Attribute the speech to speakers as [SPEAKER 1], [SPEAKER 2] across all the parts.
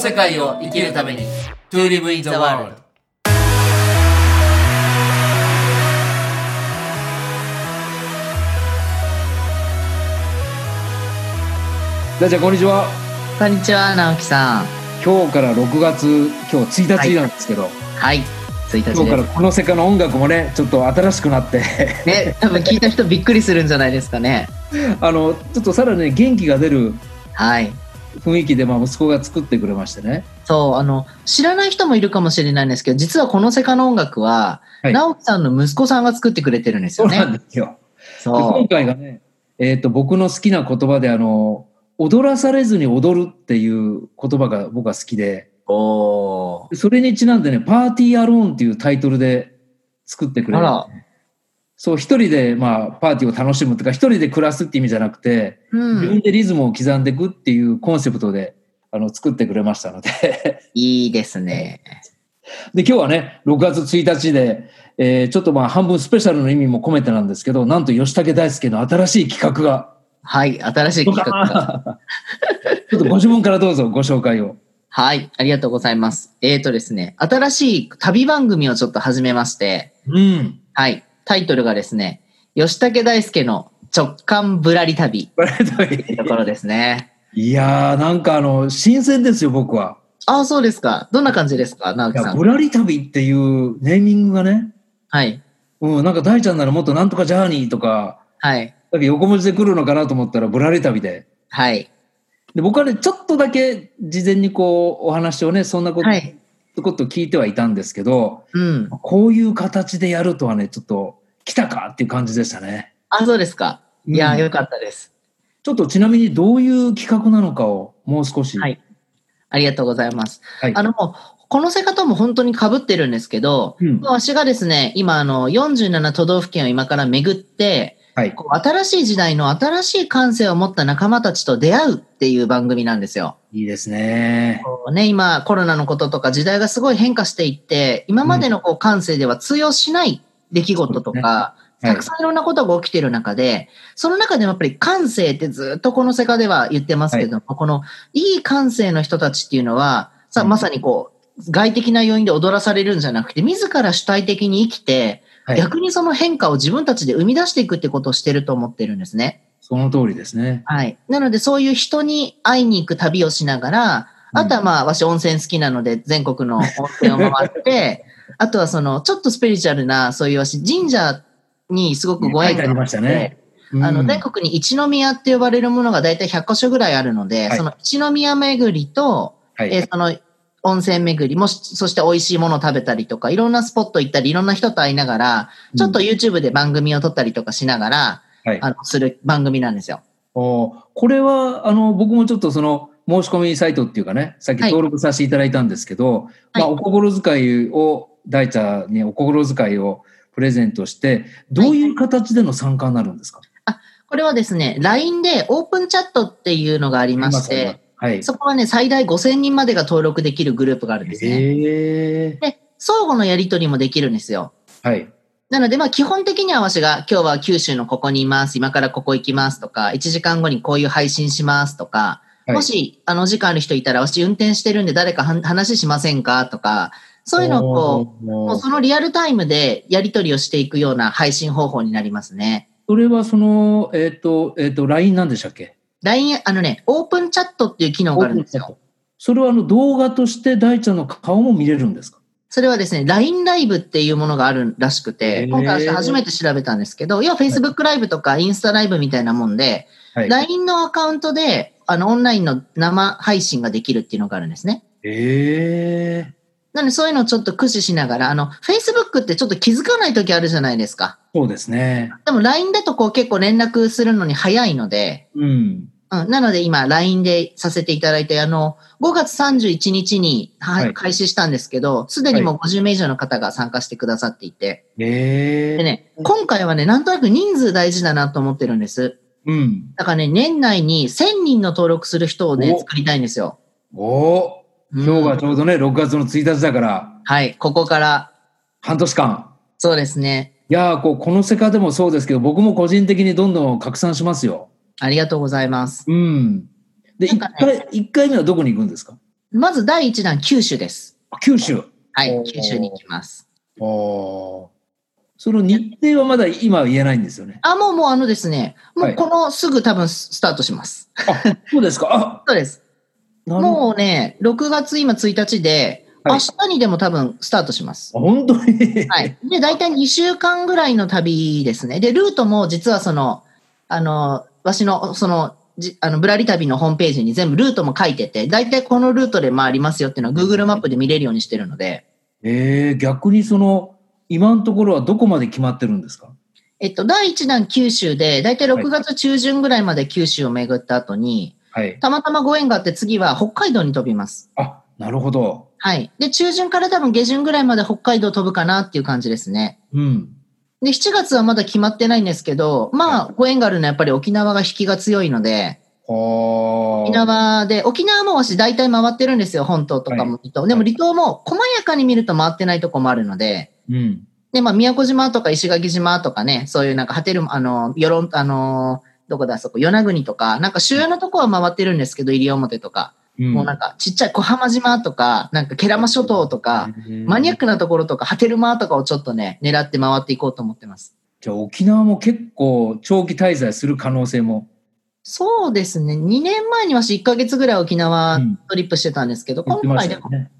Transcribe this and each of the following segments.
[SPEAKER 1] 世界を生きるために To live in the world
[SPEAKER 2] 大ちゃんこんにちは
[SPEAKER 1] こんにちは直樹さん
[SPEAKER 2] 今日から6月今日1日なんですけど、
[SPEAKER 1] はい1日
[SPEAKER 2] 今日から
[SPEAKER 1] で
[SPEAKER 2] この世界の音楽もねちょっと新しくなって
[SPEAKER 1] すね多分聞いた人びっくりするんじゃないですかね
[SPEAKER 2] あのちょっとさらに元気が出る
[SPEAKER 1] はい
[SPEAKER 2] 雰囲気で、まあ、息子が作ってくれましてね
[SPEAKER 1] そうあの知らない人もいるかもしれないんですけど実はこの世界の音楽は、
[SPEAKER 2] はい
[SPEAKER 1] 直樹さんの息子さんが作ってくれてるんです
[SPEAKER 2] そ
[SPEAKER 1] よ
[SPEAKER 2] うなん
[SPEAKER 1] ね
[SPEAKER 2] ですよ、で
[SPEAKER 1] そ
[SPEAKER 2] 今
[SPEAKER 1] う
[SPEAKER 2] 回がね、えー、と僕の好きな言葉であの踊らされずに踊るっていう言葉が僕は好きで
[SPEAKER 1] おー
[SPEAKER 2] それにちなんでね「パーティーアローン」っていうタイトルで作ってくれ
[SPEAKER 1] あ
[SPEAKER 2] る
[SPEAKER 1] ら
[SPEAKER 2] そう一人で、まあ、パーティーを楽しむとか一人で暮らすって意味じゃなくて
[SPEAKER 1] う
[SPEAKER 2] 自
[SPEAKER 1] ん
[SPEAKER 2] 分でリズムを刻んでいくっていうコンセプトであの作ってくれましたので
[SPEAKER 1] いいですね
[SPEAKER 2] で今日はね6月1日で、えーちょっとまあ半分スペシャルの意味も込めてなんですけどなんと吉武大輔の新しい企画が
[SPEAKER 1] はい新しい企画が
[SPEAKER 2] ちょっとご自分からどうぞご 紹介を。
[SPEAKER 1] はい、ありがとうございます。えーとですね、新しい旅番組をちょっと始めまして、
[SPEAKER 2] うん。
[SPEAKER 1] はい、タイトルがですね、吉武大輔の直感ぶらり旅ってところですね。
[SPEAKER 2] いやーなんかあの新鮮ですよ僕は。
[SPEAKER 1] ああ、そうですか。どんな感じですか、直
[SPEAKER 2] い
[SPEAKER 1] 樹
[SPEAKER 2] や
[SPEAKER 1] さん
[SPEAKER 2] ぶ。らり旅っていうネーミングがね、
[SPEAKER 1] はい、
[SPEAKER 2] うん、なんか大ちゃんならもっとなんとかジャーニーとか
[SPEAKER 1] はい、
[SPEAKER 2] なんか横文字で来るのかなと思ったらぶらり旅で。
[SPEAKER 1] はい、
[SPEAKER 2] で僕はねちょっとだけ事前にこうお話をねそんなこと,、
[SPEAKER 1] はい。
[SPEAKER 2] こと聞いてはいたんですけど
[SPEAKER 1] うん。
[SPEAKER 2] こういう形でやるとはねちょっと来たかっていう感じでしたね。
[SPEAKER 1] あ、そうですか。いや
[SPEAKER 2] う
[SPEAKER 1] ー、
[SPEAKER 2] ん
[SPEAKER 1] よかったです。
[SPEAKER 2] ちょっとちなみにどういう企画なのかをもう少し。
[SPEAKER 1] はいありがとうございます。
[SPEAKER 2] はい
[SPEAKER 1] あの、もう、この世界とも本当に被ってるんですけど、
[SPEAKER 2] うん
[SPEAKER 1] まあわしがですね、今、あの、47都道府県を今から巡って、
[SPEAKER 2] はい。
[SPEAKER 1] こう新しい時代の新しい感性を持った仲間たちと出会うっていう番組なんですよ。
[SPEAKER 2] いいですね。
[SPEAKER 1] こうね、今コロナのこととか時代がすごい変化していって今までのこう感性では通用しない出来事とか、
[SPEAKER 2] うんそうですねはい
[SPEAKER 1] たくさんいろんなことが起きてる中でその中でもやっぱり感性ってずっとこの世界では言ってますけども、このいい感性の人たちっていうのはさ
[SPEAKER 2] うん
[SPEAKER 1] まさにこう外的な要因で踊らされるんじゃなくて自ら主体的に生きて
[SPEAKER 2] はい。
[SPEAKER 1] 逆にその変化を自分たちで生み出していくってことをしてると思ってるんですね。
[SPEAKER 2] その通りですね。
[SPEAKER 1] はい。なので、そういう人に会いに行く旅をしながら、あとはまあ、わし温泉好きなので、全国の温泉を回 って、あとはその、ちょっとスピリチュアルな、そういうわし、神社にすごくご
[SPEAKER 2] 書い
[SPEAKER 1] 縁
[SPEAKER 2] てあ
[SPEAKER 1] が
[SPEAKER 2] りましたね。
[SPEAKER 1] あ
[SPEAKER 2] う
[SPEAKER 1] の、
[SPEAKER 2] ん
[SPEAKER 1] 全国に一宮って呼ばれるものが大体100箇所ぐらいあるので、
[SPEAKER 2] はい
[SPEAKER 1] その一宮巡りと、
[SPEAKER 2] はい
[SPEAKER 1] えーその温泉巡りもし、そして美味しいものを食べたりとか、いろんなスポット行ったり、いろんな人と会いながら、ちょっと
[SPEAKER 2] うん
[SPEAKER 1] YouTube で番組を撮ったりとかしながら、
[SPEAKER 2] はい
[SPEAKER 1] あの、する番組なんですよ。
[SPEAKER 2] おーこれはあの僕もちょっとその申し込みサイトっていうかねさっき
[SPEAKER 1] はい
[SPEAKER 2] 登録させていただいたんですけど、まあ、お心遣いを大ちゃんにお心遣いをプレゼントしてどういう形での参加になるんですか、
[SPEAKER 1] これはですね、LINE でオープンチャットっていうのがありまして、
[SPEAKER 2] はい。
[SPEAKER 1] そこはね、最大5000人までが登録できるグループがあるんですね。
[SPEAKER 2] へえ
[SPEAKER 1] で、相互のやり取りもできるんですよ。
[SPEAKER 2] はい。
[SPEAKER 1] なので、まあ基本的にはわしが、今日は九州のここにいます、今からここ行きますとか、1時間後にこういう配信しますとか、
[SPEAKER 2] はい
[SPEAKER 1] もし、あの、お時間ある人いたら、わし運転してるんで誰かはん話しませんかとか、そういうのをこ
[SPEAKER 2] おー
[SPEAKER 1] う、もうそのリアルタイムでやり取りをしていくような配信方法になりますね。
[SPEAKER 2] それはその、えっ、と、えっ、と、LINE なんでしたっけ
[SPEAKER 1] LINE、あのね、オープンチャットっていう機能があるんですよ。
[SPEAKER 2] それはあの動画として大ちゃんの顔も見れるんですか
[SPEAKER 1] それはですね、LINE ライブっていうものがあるらしく
[SPEAKER 2] へ
[SPEAKER 1] て
[SPEAKER 2] ー、
[SPEAKER 1] 今回私初めて調べたんですけど、要は Facebook ライブとかインスタライブみたいなもんで、
[SPEAKER 2] は
[SPEAKER 1] LINE のアカウントで、あの、オンラインの生配信ができるっていうのがあるんですね。
[SPEAKER 2] ええ
[SPEAKER 1] なのでそういうのをちょっと駆使しながら、あの、Facebook ってちょっと気づかない時あるじゃないですか。
[SPEAKER 2] そうですね。
[SPEAKER 1] でも LINE だとこう結構連絡するのに早いので、
[SPEAKER 2] うん。
[SPEAKER 1] うん、なので今 LINE でさせていただいて、あの、5月31日に、は
[SPEAKER 2] はい
[SPEAKER 1] 開始したんですけど、すでにもう50名以上の方が参加してくださっていて、
[SPEAKER 2] ええ
[SPEAKER 1] でね、今回はね、なんとなく人数大事だなと思ってるんです。
[SPEAKER 2] うん。
[SPEAKER 1] だからね、年内に1000人の登録する人をね、
[SPEAKER 2] お
[SPEAKER 1] 作りたいんですよ。
[SPEAKER 2] おお
[SPEAKER 1] うん
[SPEAKER 2] 今日がちょうどね、6月の1日だから、
[SPEAKER 1] はい、ここから、
[SPEAKER 2] 半年間。
[SPEAKER 1] そうですね。
[SPEAKER 2] いやーこう、この世界でもそうですけど、僕も個人的にどんどん拡散しますよ。
[SPEAKER 1] ありがとうございます。
[SPEAKER 2] うん。で、
[SPEAKER 1] なん
[SPEAKER 2] 一
[SPEAKER 1] かね
[SPEAKER 2] 回、一回目はどこに行くんですか
[SPEAKER 1] まず第1弾、九州です。
[SPEAKER 2] あ九州。
[SPEAKER 1] は
[SPEAKER 2] お
[SPEAKER 1] い、
[SPEAKER 2] ー
[SPEAKER 1] 九州に行きます。
[SPEAKER 2] あーその日程はまだ今は言えないんですよね。
[SPEAKER 1] あ、もうもうあのですね、も
[SPEAKER 2] は
[SPEAKER 1] う
[SPEAKER 2] い
[SPEAKER 1] このすぐ多分ススタートします。
[SPEAKER 2] あ、そうですか。
[SPEAKER 1] そうです。
[SPEAKER 2] あ、なるほど。
[SPEAKER 1] もうね、6月今1日で、
[SPEAKER 2] はい
[SPEAKER 1] 明日にでも多分スタートします。
[SPEAKER 2] あ本当に。
[SPEAKER 1] はい。で、大体2週間ぐらいの旅ですね。で、ルートも実はその、あの、わしの、その、じあのぶらり旅のホームページに全部ルートも書いてて、大体このルートで回りますよっていうのは Google マップで見れるようにしてるので、
[SPEAKER 2] ええ逆にその、今のところはどこまで決まってるんですか
[SPEAKER 1] えっと、第1弾九州で、大体6月中旬ぐらいまで九州を巡った後に、
[SPEAKER 2] はい。
[SPEAKER 1] たまたまご縁があって次は北海道に飛びます。
[SPEAKER 2] あ、なるほど。
[SPEAKER 1] はい。で、中旬から多分下旬ぐらいまで北海道飛ぶかなっていう感じですね。
[SPEAKER 2] うん。
[SPEAKER 1] で、7月はまだ決まってないんですけど、まあ、ご縁があるのはやっぱり沖縄が引きが強いので、
[SPEAKER 2] はあ。
[SPEAKER 1] 沖縄で、沖縄も私大体回ってるんですよ、本島とかも離島。でも離島も細やかに見ると回ってないとこもあるので、
[SPEAKER 2] うん。
[SPEAKER 1] で、まあ、宮古島とか石垣島とかね、そういうなんか、果てる、あの、よろん、あの、どこだ、そこ、与那国とか、なんか主要なとこは回ってるんですけど、西表とか、
[SPEAKER 2] うん
[SPEAKER 1] もうなんか、ちっちゃい小浜島とか、なんか、慶良間諸島とか、
[SPEAKER 2] うん
[SPEAKER 1] マニアックなところとか、波照間とかをちょっとね、狙って回っていこうと思ってます。
[SPEAKER 2] じゃあ沖縄も結構長期滞在する可能性も。
[SPEAKER 1] そうですね。2年前に私1ヶ月ぐらい沖縄
[SPEAKER 2] うん
[SPEAKER 1] トリップしてたんですけど、
[SPEAKER 2] 言って
[SPEAKER 1] 今
[SPEAKER 2] ま
[SPEAKER 1] 回
[SPEAKER 2] し
[SPEAKER 1] で
[SPEAKER 2] た
[SPEAKER 1] も
[SPEAKER 2] よ、ね。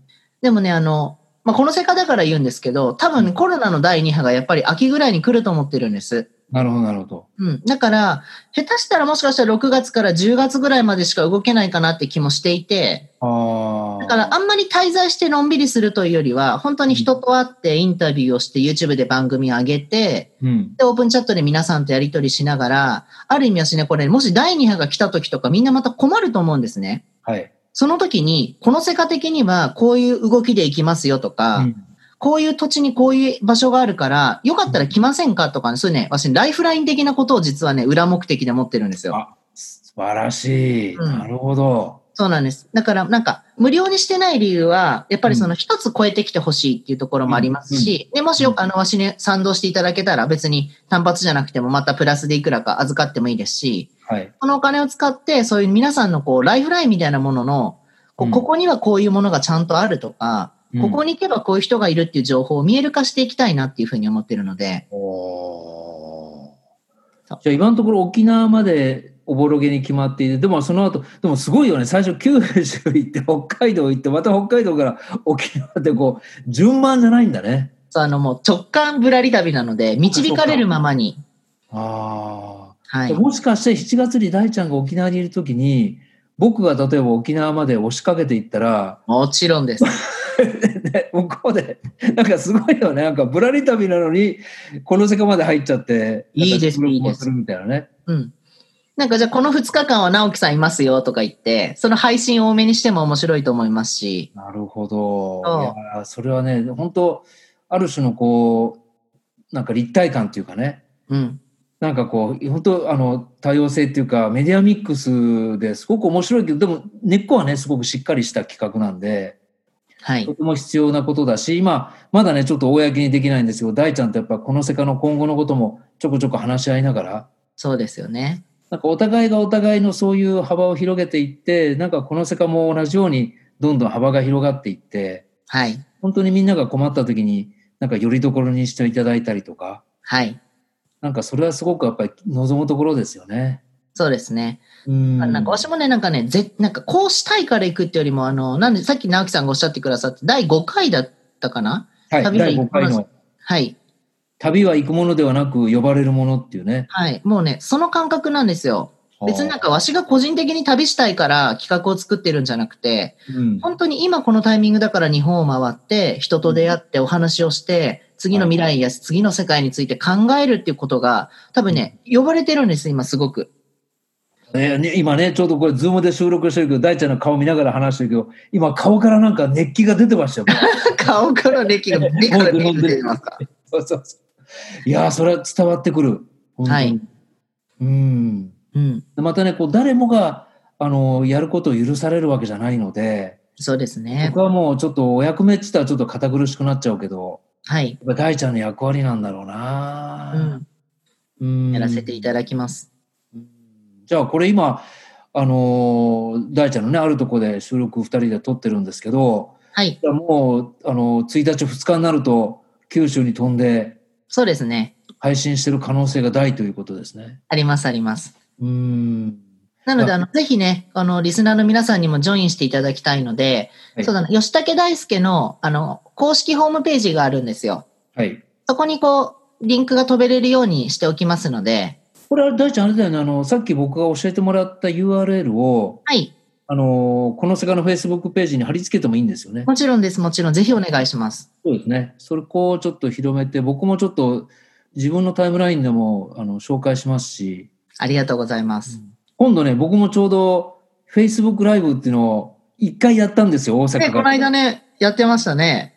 [SPEAKER 1] でもね、あの、まあ、この世界だから言うんですけど、多分ねコロナの第2波がやっぱり秋ぐらいに来ると思ってるんです。
[SPEAKER 2] なるほど、なるほど。
[SPEAKER 1] うん。だから、下手したらもしかしたら6月から10月ぐらいまでしか動けないかなって気もしていて、
[SPEAKER 2] ああ。
[SPEAKER 1] だからあんまり滞在してのんびりするというよりは、本当に人と会ってインタビューをして YouTube で番組上げて、
[SPEAKER 2] うん。
[SPEAKER 1] で、オープンチャットで皆さんとやり取りしながら、ある意味はしね、これ、もし第2波が来た時とかみんなまた困ると思うんですね。
[SPEAKER 2] はい。
[SPEAKER 1] その時に、この世界的にはこういう動きで行きますよとか、
[SPEAKER 2] うん
[SPEAKER 1] こういう土地にこういう場所があるから、よかったら来ませんかとかね、そういうね、私、ライフライン的なことを実はね、裏目的で持ってるんですよ。
[SPEAKER 2] あ素晴らしい。
[SPEAKER 1] うん
[SPEAKER 2] なるほど。
[SPEAKER 1] そうなんです。だから、なんか、無料にしてない理由は、やっぱりその一つ超えてきてほしいっていうところもありますし、で、もしよ、あの、わしに賛同していただけたら、別に単発じゃなくても、またプラスでいくらか預かってもいいですし、
[SPEAKER 2] はい。
[SPEAKER 1] このお金を使って、そういう皆さんのこう、ライフラインみたいなものの、こう
[SPEAKER 2] う
[SPEAKER 1] んここにはこういうものがちゃんとあるとか、ここに行けばこういう人がいるっていう情報を見える化していきたいなっていうふうに思ってるので、
[SPEAKER 2] うん。お
[SPEAKER 1] そう
[SPEAKER 2] ーじゃあ今のところ沖縄までおぼろげに決まっていて、でもその後、でもすごいよね。最初九州行って、北海道行って、また北海道から沖縄ってこう、順番じゃないんだね。
[SPEAKER 1] そうあのもう直感ぶらり旅なので、導かれるままに。
[SPEAKER 2] ああ。
[SPEAKER 1] はい。
[SPEAKER 2] もしかして7月に大ちゃんが沖縄にいるときに、僕が例えば沖縄まで押しかけていったら、
[SPEAKER 1] もちろんです。
[SPEAKER 2] ね向こうで、なんかすごいよね、なんかぶらり旅なのに、この世界まで入っちゃって、
[SPEAKER 1] いいです
[SPEAKER 2] なんか
[SPEAKER 1] いいです
[SPEAKER 2] るみたいなね。
[SPEAKER 1] うん。なんかじゃあこの2日間は直樹さんいますよとか言って、その配信を多めにしても面白いと思いますし、
[SPEAKER 2] なるほど。
[SPEAKER 1] そう
[SPEAKER 2] いやそれはね、本当ある種のこう、なんか立体感っていうかね、
[SPEAKER 1] うん。
[SPEAKER 2] なんかこう、本当あの、多様性っていうか、メディアミックスですごく面白いけど、でも根っこはね、すごくしっかりした企画なんで、
[SPEAKER 1] はい
[SPEAKER 2] と。ても必要なことだし、今、まだね、ちょっと公にできないんですけど、大ちゃんとやっぱこの世界の今後のこともちょこちょこ話し合いながら、
[SPEAKER 1] そうですよね。
[SPEAKER 2] なんかお互いがお互いのそういう幅を広げていって、なんかこの世界も同じようにどんどん幅が広がっていって、
[SPEAKER 1] はい。
[SPEAKER 2] 本当にみんなが困った時に、なんかよりどころにしていただいたりとか、
[SPEAKER 1] はい。
[SPEAKER 2] なんかそれはすごくやっぱり望むところですよね。
[SPEAKER 1] そうですね。
[SPEAKER 2] うん。
[SPEAKER 1] なんか私もね、なんかね、ぜなんかこうしたいから行くってよりも、あの、なんでさっき直樹さんがおっしゃってくださって、第5回だったかな
[SPEAKER 2] はい、
[SPEAKER 1] 旅
[SPEAKER 2] 第
[SPEAKER 1] に行
[SPEAKER 2] 5
[SPEAKER 1] きま
[SPEAKER 2] 回
[SPEAKER 1] す
[SPEAKER 2] の
[SPEAKER 1] はい。
[SPEAKER 2] 旅は行くものではなく呼ばれるものっていうね。
[SPEAKER 1] はい。もうね、その感覚なんですよ。別になんかわしが個人的に旅したいから企画を作ってるんじゃなくて、
[SPEAKER 2] うん、
[SPEAKER 1] 本当に今このタイミングだから日本を回って、人と出会ってお話をして、次の未来や次の世界について考えるっていうことが、多分ね、呼ばれてるんです、今すごく。
[SPEAKER 2] えーね、今ね、ちょうどこれ、ズームで収録してるけど、大ちゃんの顔見ながら話してるけど、今、顔からなんか熱気が出てましたよ。
[SPEAKER 1] 顔から歴 が目から出てますか。
[SPEAKER 2] そうそうそういやー、それは伝わってくる。本当に
[SPEAKER 1] はい。
[SPEAKER 2] うん。
[SPEAKER 1] うん。
[SPEAKER 2] でまたね、こう、誰もが、あのーやることを許されるわけじゃないので、
[SPEAKER 1] そうですね
[SPEAKER 2] 僕。はもうちょっとお役目って言ったらちょっと堅苦しくなっちゃうけど、
[SPEAKER 1] はい。
[SPEAKER 2] やっぱ大ちゃんの役割なんだろう
[SPEAKER 1] う。
[SPEAKER 2] なんうん。
[SPEAKER 1] やらせていただきます。
[SPEAKER 2] じゃあこれ今あのー大ちゃんのね、あるとこで収録2人で撮ってるんですけど、
[SPEAKER 1] はい。
[SPEAKER 2] いやもう、あのー1日、2日になると、九州に飛んで
[SPEAKER 1] そうですね。
[SPEAKER 2] 配信してる可能性が大ということですね。
[SPEAKER 1] あります、あります。
[SPEAKER 2] うーん。
[SPEAKER 1] なので、
[SPEAKER 2] あ
[SPEAKER 1] あの、ぜひね、あの、リスナーの皆さんにもジョインしていただきたいので、
[SPEAKER 2] はい
[SPEAKER 1] そうだな、吉武大輔の、あの、公式ホームページがあるんですよ。
[SPEAKER 2] はい。
[SPEAKER 1] そこにこう、リンクが飛べれるようにしておきますので、
[SPEAKER 2] これ、あれ大ちゃん、あれだよね、あの、さっき僕が教えてもらった URL を、
[SPEAKER 1] はい。
[SPEAKER 2] あのーこの世界の Facebook ページに貼り付けてもいいんですよね。
[SPEAKER 1] もちろんです、もちろん。ぜひお願いします。
[SPEAKER 2] そうですね。それこうちょっと広めて、僕もちょっと自分のタイムラインでもあの紹介しますし、
[SPEAKER 1] ありがとうございます。
[SPEAKER 2] 今度ね、僕もちょうど Facebook ライブっていうのを一回やったんですよ、大阪
[SPEAKER 1] ね、
[SPEAKER 2] か
[SPEAKER 1] この
[SPEAKER 2] ら。
[SPEAKER 1] 間ね、やってましたね。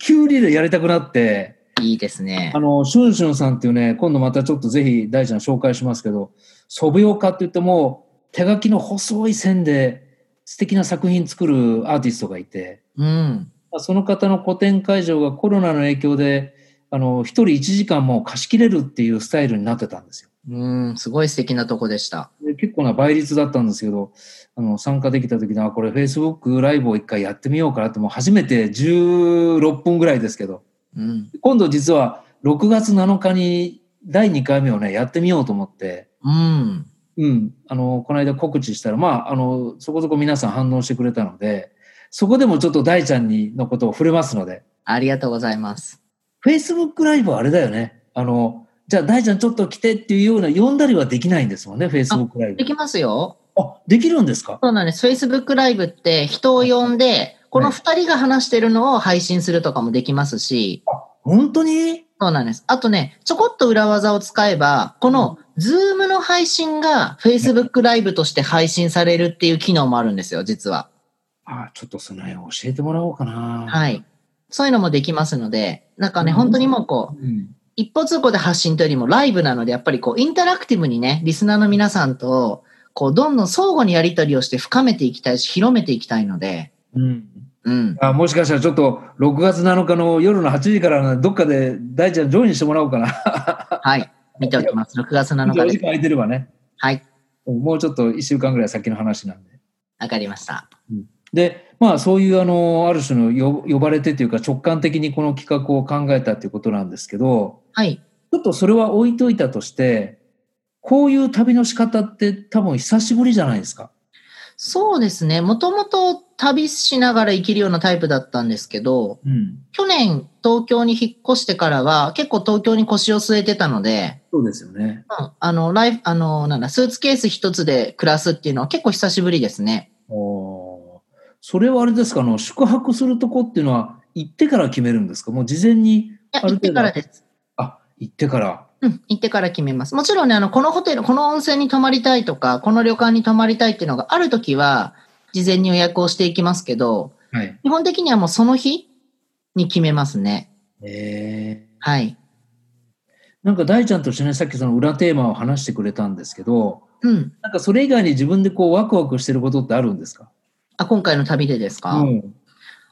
[SPEAKER 2] 急にねやりたくなって、
[SPEAKER 1] いいです ね
[SPEAKER 2] あ。の、シュンシュンさんっていうね、今度またちょっとぜひ大ちゃん紹介しますけど、素描家って言っても、手書きの細い線で素敵な作品作るアーティストがいて、
[SPEAKER 1] うん。
[SPEAKER 2] まあその方の個展会場がコロナの影響で、あの、一人1時間もう貸し切れるっていうスタイルになってたんですよ。
[SPEAKER 1] うん、すごい素敵なとこでした。
[SPEAKER 2] で結構な倍率だったんですけど、あの、参加できた時に、あ、これ Facebook ライブを一回やってみようかなって、もう初めて16分ぐらいですけど、
[SPEAKER 1] うん。
[SPEAKER 2] 今度実は6月7日に第2回目をね、やってみようと思って、
[SPEAKER 1] うん。
[SPEAKER 2] うん、あの、この間告知したら、まあ、あの、そこそこ皆さん反応してくれたので、そこでもちょっと大ちゃんにのことを触れますので、
[SPEAKER 1] ありがとうございます。
[SPEAKER 2] Facebook ライブはあれだよね。あの、じゃあ大ちゃんちょっと来てっていうような、呼んだりはできないんですもんね、Facebook ライブ
[SPEAKER 1] で。きますよ。
[SPEAKER 2] あ、できるんですか
[SPEAKER 1] そうなんです。Facebook ライブって人を呼んで、この二人が話してるのを配信するとかもできますし、
[SPEAKER 2] 本当に
[SPEAKER 1] そうなんです。あとね、ちょこっと裏技を使えば、この Zoom の配信が Facebook ライブとして配信されるっていう機能もあるんですよ、実は。
[SPEAKER 2] あ、ちょっとその辺教えてもらおうかな。
[SPEAKER 1] はい。そういうのもできますので、なんかね、本当にもうこう、
[SPEAKER 2] うん
[SPEAKER 1] 一歩通行で発信というよりもライブなので、やっぱりこう、インタラクティブにね、リスナーの皆さんと、こう、どんどん相互にやり取りをして深めていきたいし、広めていきたいので、
[SPEAKER 2] うん。
[SPEAKER 1] うん。
[SPEAKER 2] あもしかしたらちょっと6月7日の夜の8時からどっかで大ちゃんジョインしてもらおうかな。
[SPEAKER 1] はい。見ておきます。6月7
[SPEAKER 2] 4
[SPEAKER 1] 日
[SPEAKER 2] 時
[SPEAKER 1] で
[SPEAKER 2] 間
[SPEAKER 1] す。
[SPEAKER 2] 空いてればね。
[SPEAKER 1] はい。
[SPEAKER 2] もうちょっと1週間ぐらい先の話なんで。
[SPEAKER 1] わかりました。
[SPEAKER 2] で、まあそういうあの、ある種のよ呼ばれてというか直感的にこの企画を考えたということなんですけど、
[SPEAKER 1] はい。
[SPEAKER 2] ちょっとそれは置いといたとして、こういう旅の仕方って多分久しぶりじゃないですか。
[SPEAKER 1] そうですね。もともと旅しながら生きるようなタイプだったんですけど、
[SPEAKER 2] うん。
[SPEAKER 1] 去年東京に引っ越してからは、結構東京に腰を据えてたので、
[SPEAKER 2] そうですよね。
[SPEAKER 1] うん、あの、ライフ、あの、なんだ、スーツケース一つで暮らすっていうのは結構久しぶりですね。
[SPEAKER 2] おーそれはあれですか、あの、宿泊するとこっていうのは行ってから決めるんですかもう事前に、
[SPEAKER 1] いや、
[SPEAKER 2] あ
[SPEAKER 1] 行っ
[SPEAKER 2] る程
[SPEAKER 1] て
[SPEAKER 2] 度
[SPEAKER 1] からです。
[SPEAKER 2] あ、行ってから。
[SPEAKER 1] うん、行ってから決めます。もちろんね、あの、このホテル、この温泉に泊まりたいとか、この旅館に泊まりたいっていうのがあるときは、事前に予約をしていきますけど、
[SPEAKER 2] はい。
[SPEAKER 1] 基本的にはもうその日に決めますね。
[SPEAKER 2] えー
[SPEAKER 1] はい。
[SPEAKER 2] なんか大ちゃんとしてね、さっきその裏テーマを話してくれたんですけど、
[SPEAKER 1] うん。
[SPEAKER 2] なんかそれ以外に自分でこうワクワクしてることってあるんですか
[SPEAKER 1] あ、今回の旅でですか、
[SPEAKER 2] うん。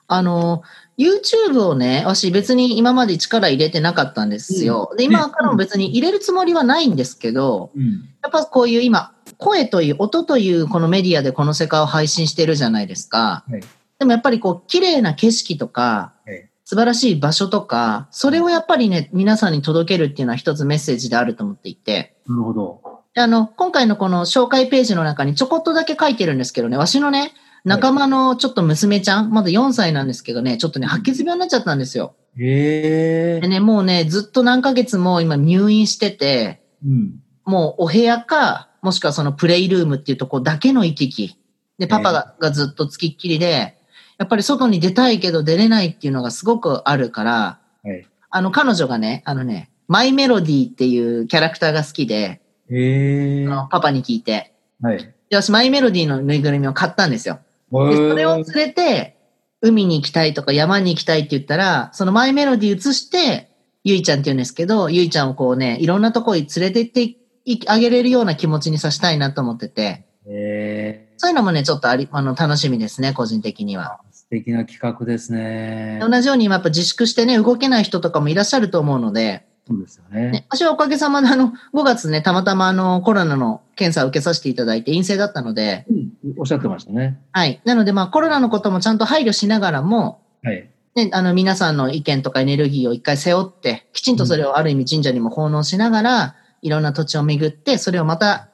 [SPEAKER 1] あの、YouTube をね、私別に今まで力入れてなかったんですよ。で、今からも別に入れるつもりはないんですけど、
[SPEAKER 2] うん。
[SPEAKER 1] やっぱこういう今、声という、音というこのメディアでこの世界を配信してるじゃないですか。
[SPEAKER 2] はい
[SPEAKER 1] でもやっぱりこう、綺麗な景色とか、
[SPEAKER 2] はい
[SPEAKER 1] 素晴らしい場所とか、それをやっぱりね、皆さんに届けるっていうのは一つメッセージであると思っていて、
[SPEAKER 2] なるほど。
[SPEAKER 1] であの、今回のこの紹介ページの中にちょこっとだけ書いてるんですけどね、わしのね、仲間のちょっと娘ちゃん、まだ4歳なんですけどね、ちょっとね、白血病になっちゃったんですよ。
[SPEAKER 2] え
[SPEAKER 1] でね、もうね、ずっと何ヶ月も今入院してて、
[SPEAKER 2] うん。
[SPEAKER 1] もうお部屋か、もしくはそのプレイルームっていうとこだけの行き来。で、パパが,、ずっとつきっきりで、やっぱり外に出たいけど出れないっていうのがすごくあるから、
[SPEAKER 2] はい
[SPEAKER 1] あの彼女がね、あのね、マイメロディーっていうキャラクターが好きで、
[SPEAKER 2] え
[SPEAKER 1] あのパパに聞いて、
[SPEAKER 2] はい。で
[SPEAKER 1] で私マイメロディーのぬいぐるみを買ったんですよ。
[SPEAKER 2] そ
[SPEAKER 1] で、それを連れて、海に行きたいとか山に行きたいって言ったら、そのマイメロディー移して、ゆいちゃんって言うんですけど、ゆいちゃんをこうね、いろんなとこに連れてっていあげれるような気持ちにさせたいなと思ってて、
[SPEAKER 2] え
[SPEAKER 1] そういうのもね、ちょっとあり、あの、楽しみですね、個人的には。
[SPEAKER 2] ー素敵な企画ですね。
[SPEAKER 1] 同じように今やっぱ自粛してね、動けない人とかもいらっしゃると思うので、
[SPEAKER 2] そうですよね。
[SPEAKER 1] ね、私はおかげさまであの、5月ね、たまたまあの、コロナの検査を受けさせていただいて陰性だったので、
[SPEAKER 2] うんおっしゃってましたね。
[SPEAKER 1] はい。なのでまあコロナのこともちゃんと配慮しながらも、
[SPEAKER 2] はい。
[SPEAKER 1] ね、あの、皆さんの意見とかエネルギーを一回背負って、きちんとそれをある意味神社にも奉納しながら、いろんな土地を巡って、それをまた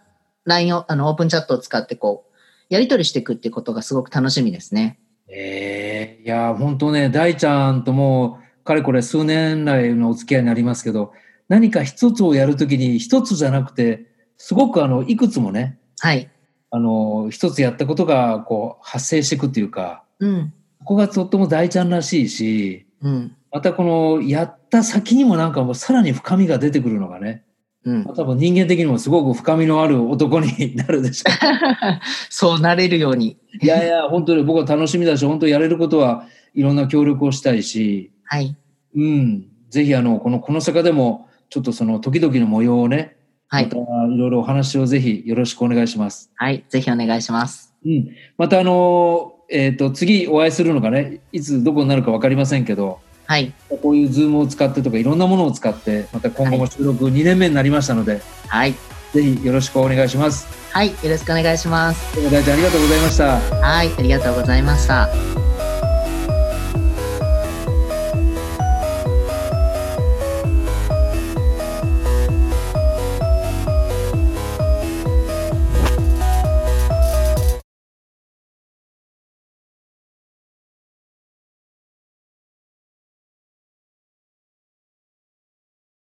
[SPEAKER 1] LINE を、あの、オープンチャットを使ってこう、やり取りしていくっていうことがすごく楽しみですね。
[SPEAKER 2] ええいや、本当ね、大ちゃんともう、かれこれ数年来のお付き合いになりますけど、何か一つをやるときに、一つじゃなくて、すごくあの、いくつもね、
[SPEAKER 1] はい。
[SPEAKER 2] あの、一つやったことが、こう、発生していくっていうか、
[SPEAKER 1] うん。
[SPEAKER 2] ここがとっても大ちゃんらしいし、
[SPEAKER 1] うん。
[SPEAKER 2] またこの、やった先にもなんかもうさらに深みが出てくるのがね、
[SPEAKER 1] うん
[SPEAKER 2] ま。あ多分人間的にもすごく深みのある男になるでしょう。
[SPEAKER 1] そうなれるように。
[SPEAKER 2] いやいや、本当に僕は楽しみだし、本当やれることはいろんな協力をしたいし、
[SPEAKER 1] はい。
[SPEAKER 2] うん、ぜひあの、この、この坂でも、ちょっとその時々の模様をね、
[SPEAKER 1] は
[SPEAKER 2] ま
[SPEAKER 1] い
[SPEAKER 2] た。いろいろお話をぜひよろしくお願いします。
[SPEAKER 1] はい。ぜひお願いします。
[SPEAKER 2] うん。またあの、えっ、と、次お会いするのがね、いつどこになるかわかりませんけど、
[SPEAKER 1] はい。
[SPEAKER 2] こういうズームを使ってとかいろんなものを使って、また今後も収録2年目になりましたので、
[SPEAKER 1] はい。
[SPEAKER 2] ぜひよろしくお願いします。
[SPEAKER 1] はい。よろしくお願いします。
[SPEAKER 2] どうも大ちゃんありがとうございました。
[SPEAKER 1] はい。ありがとうございました。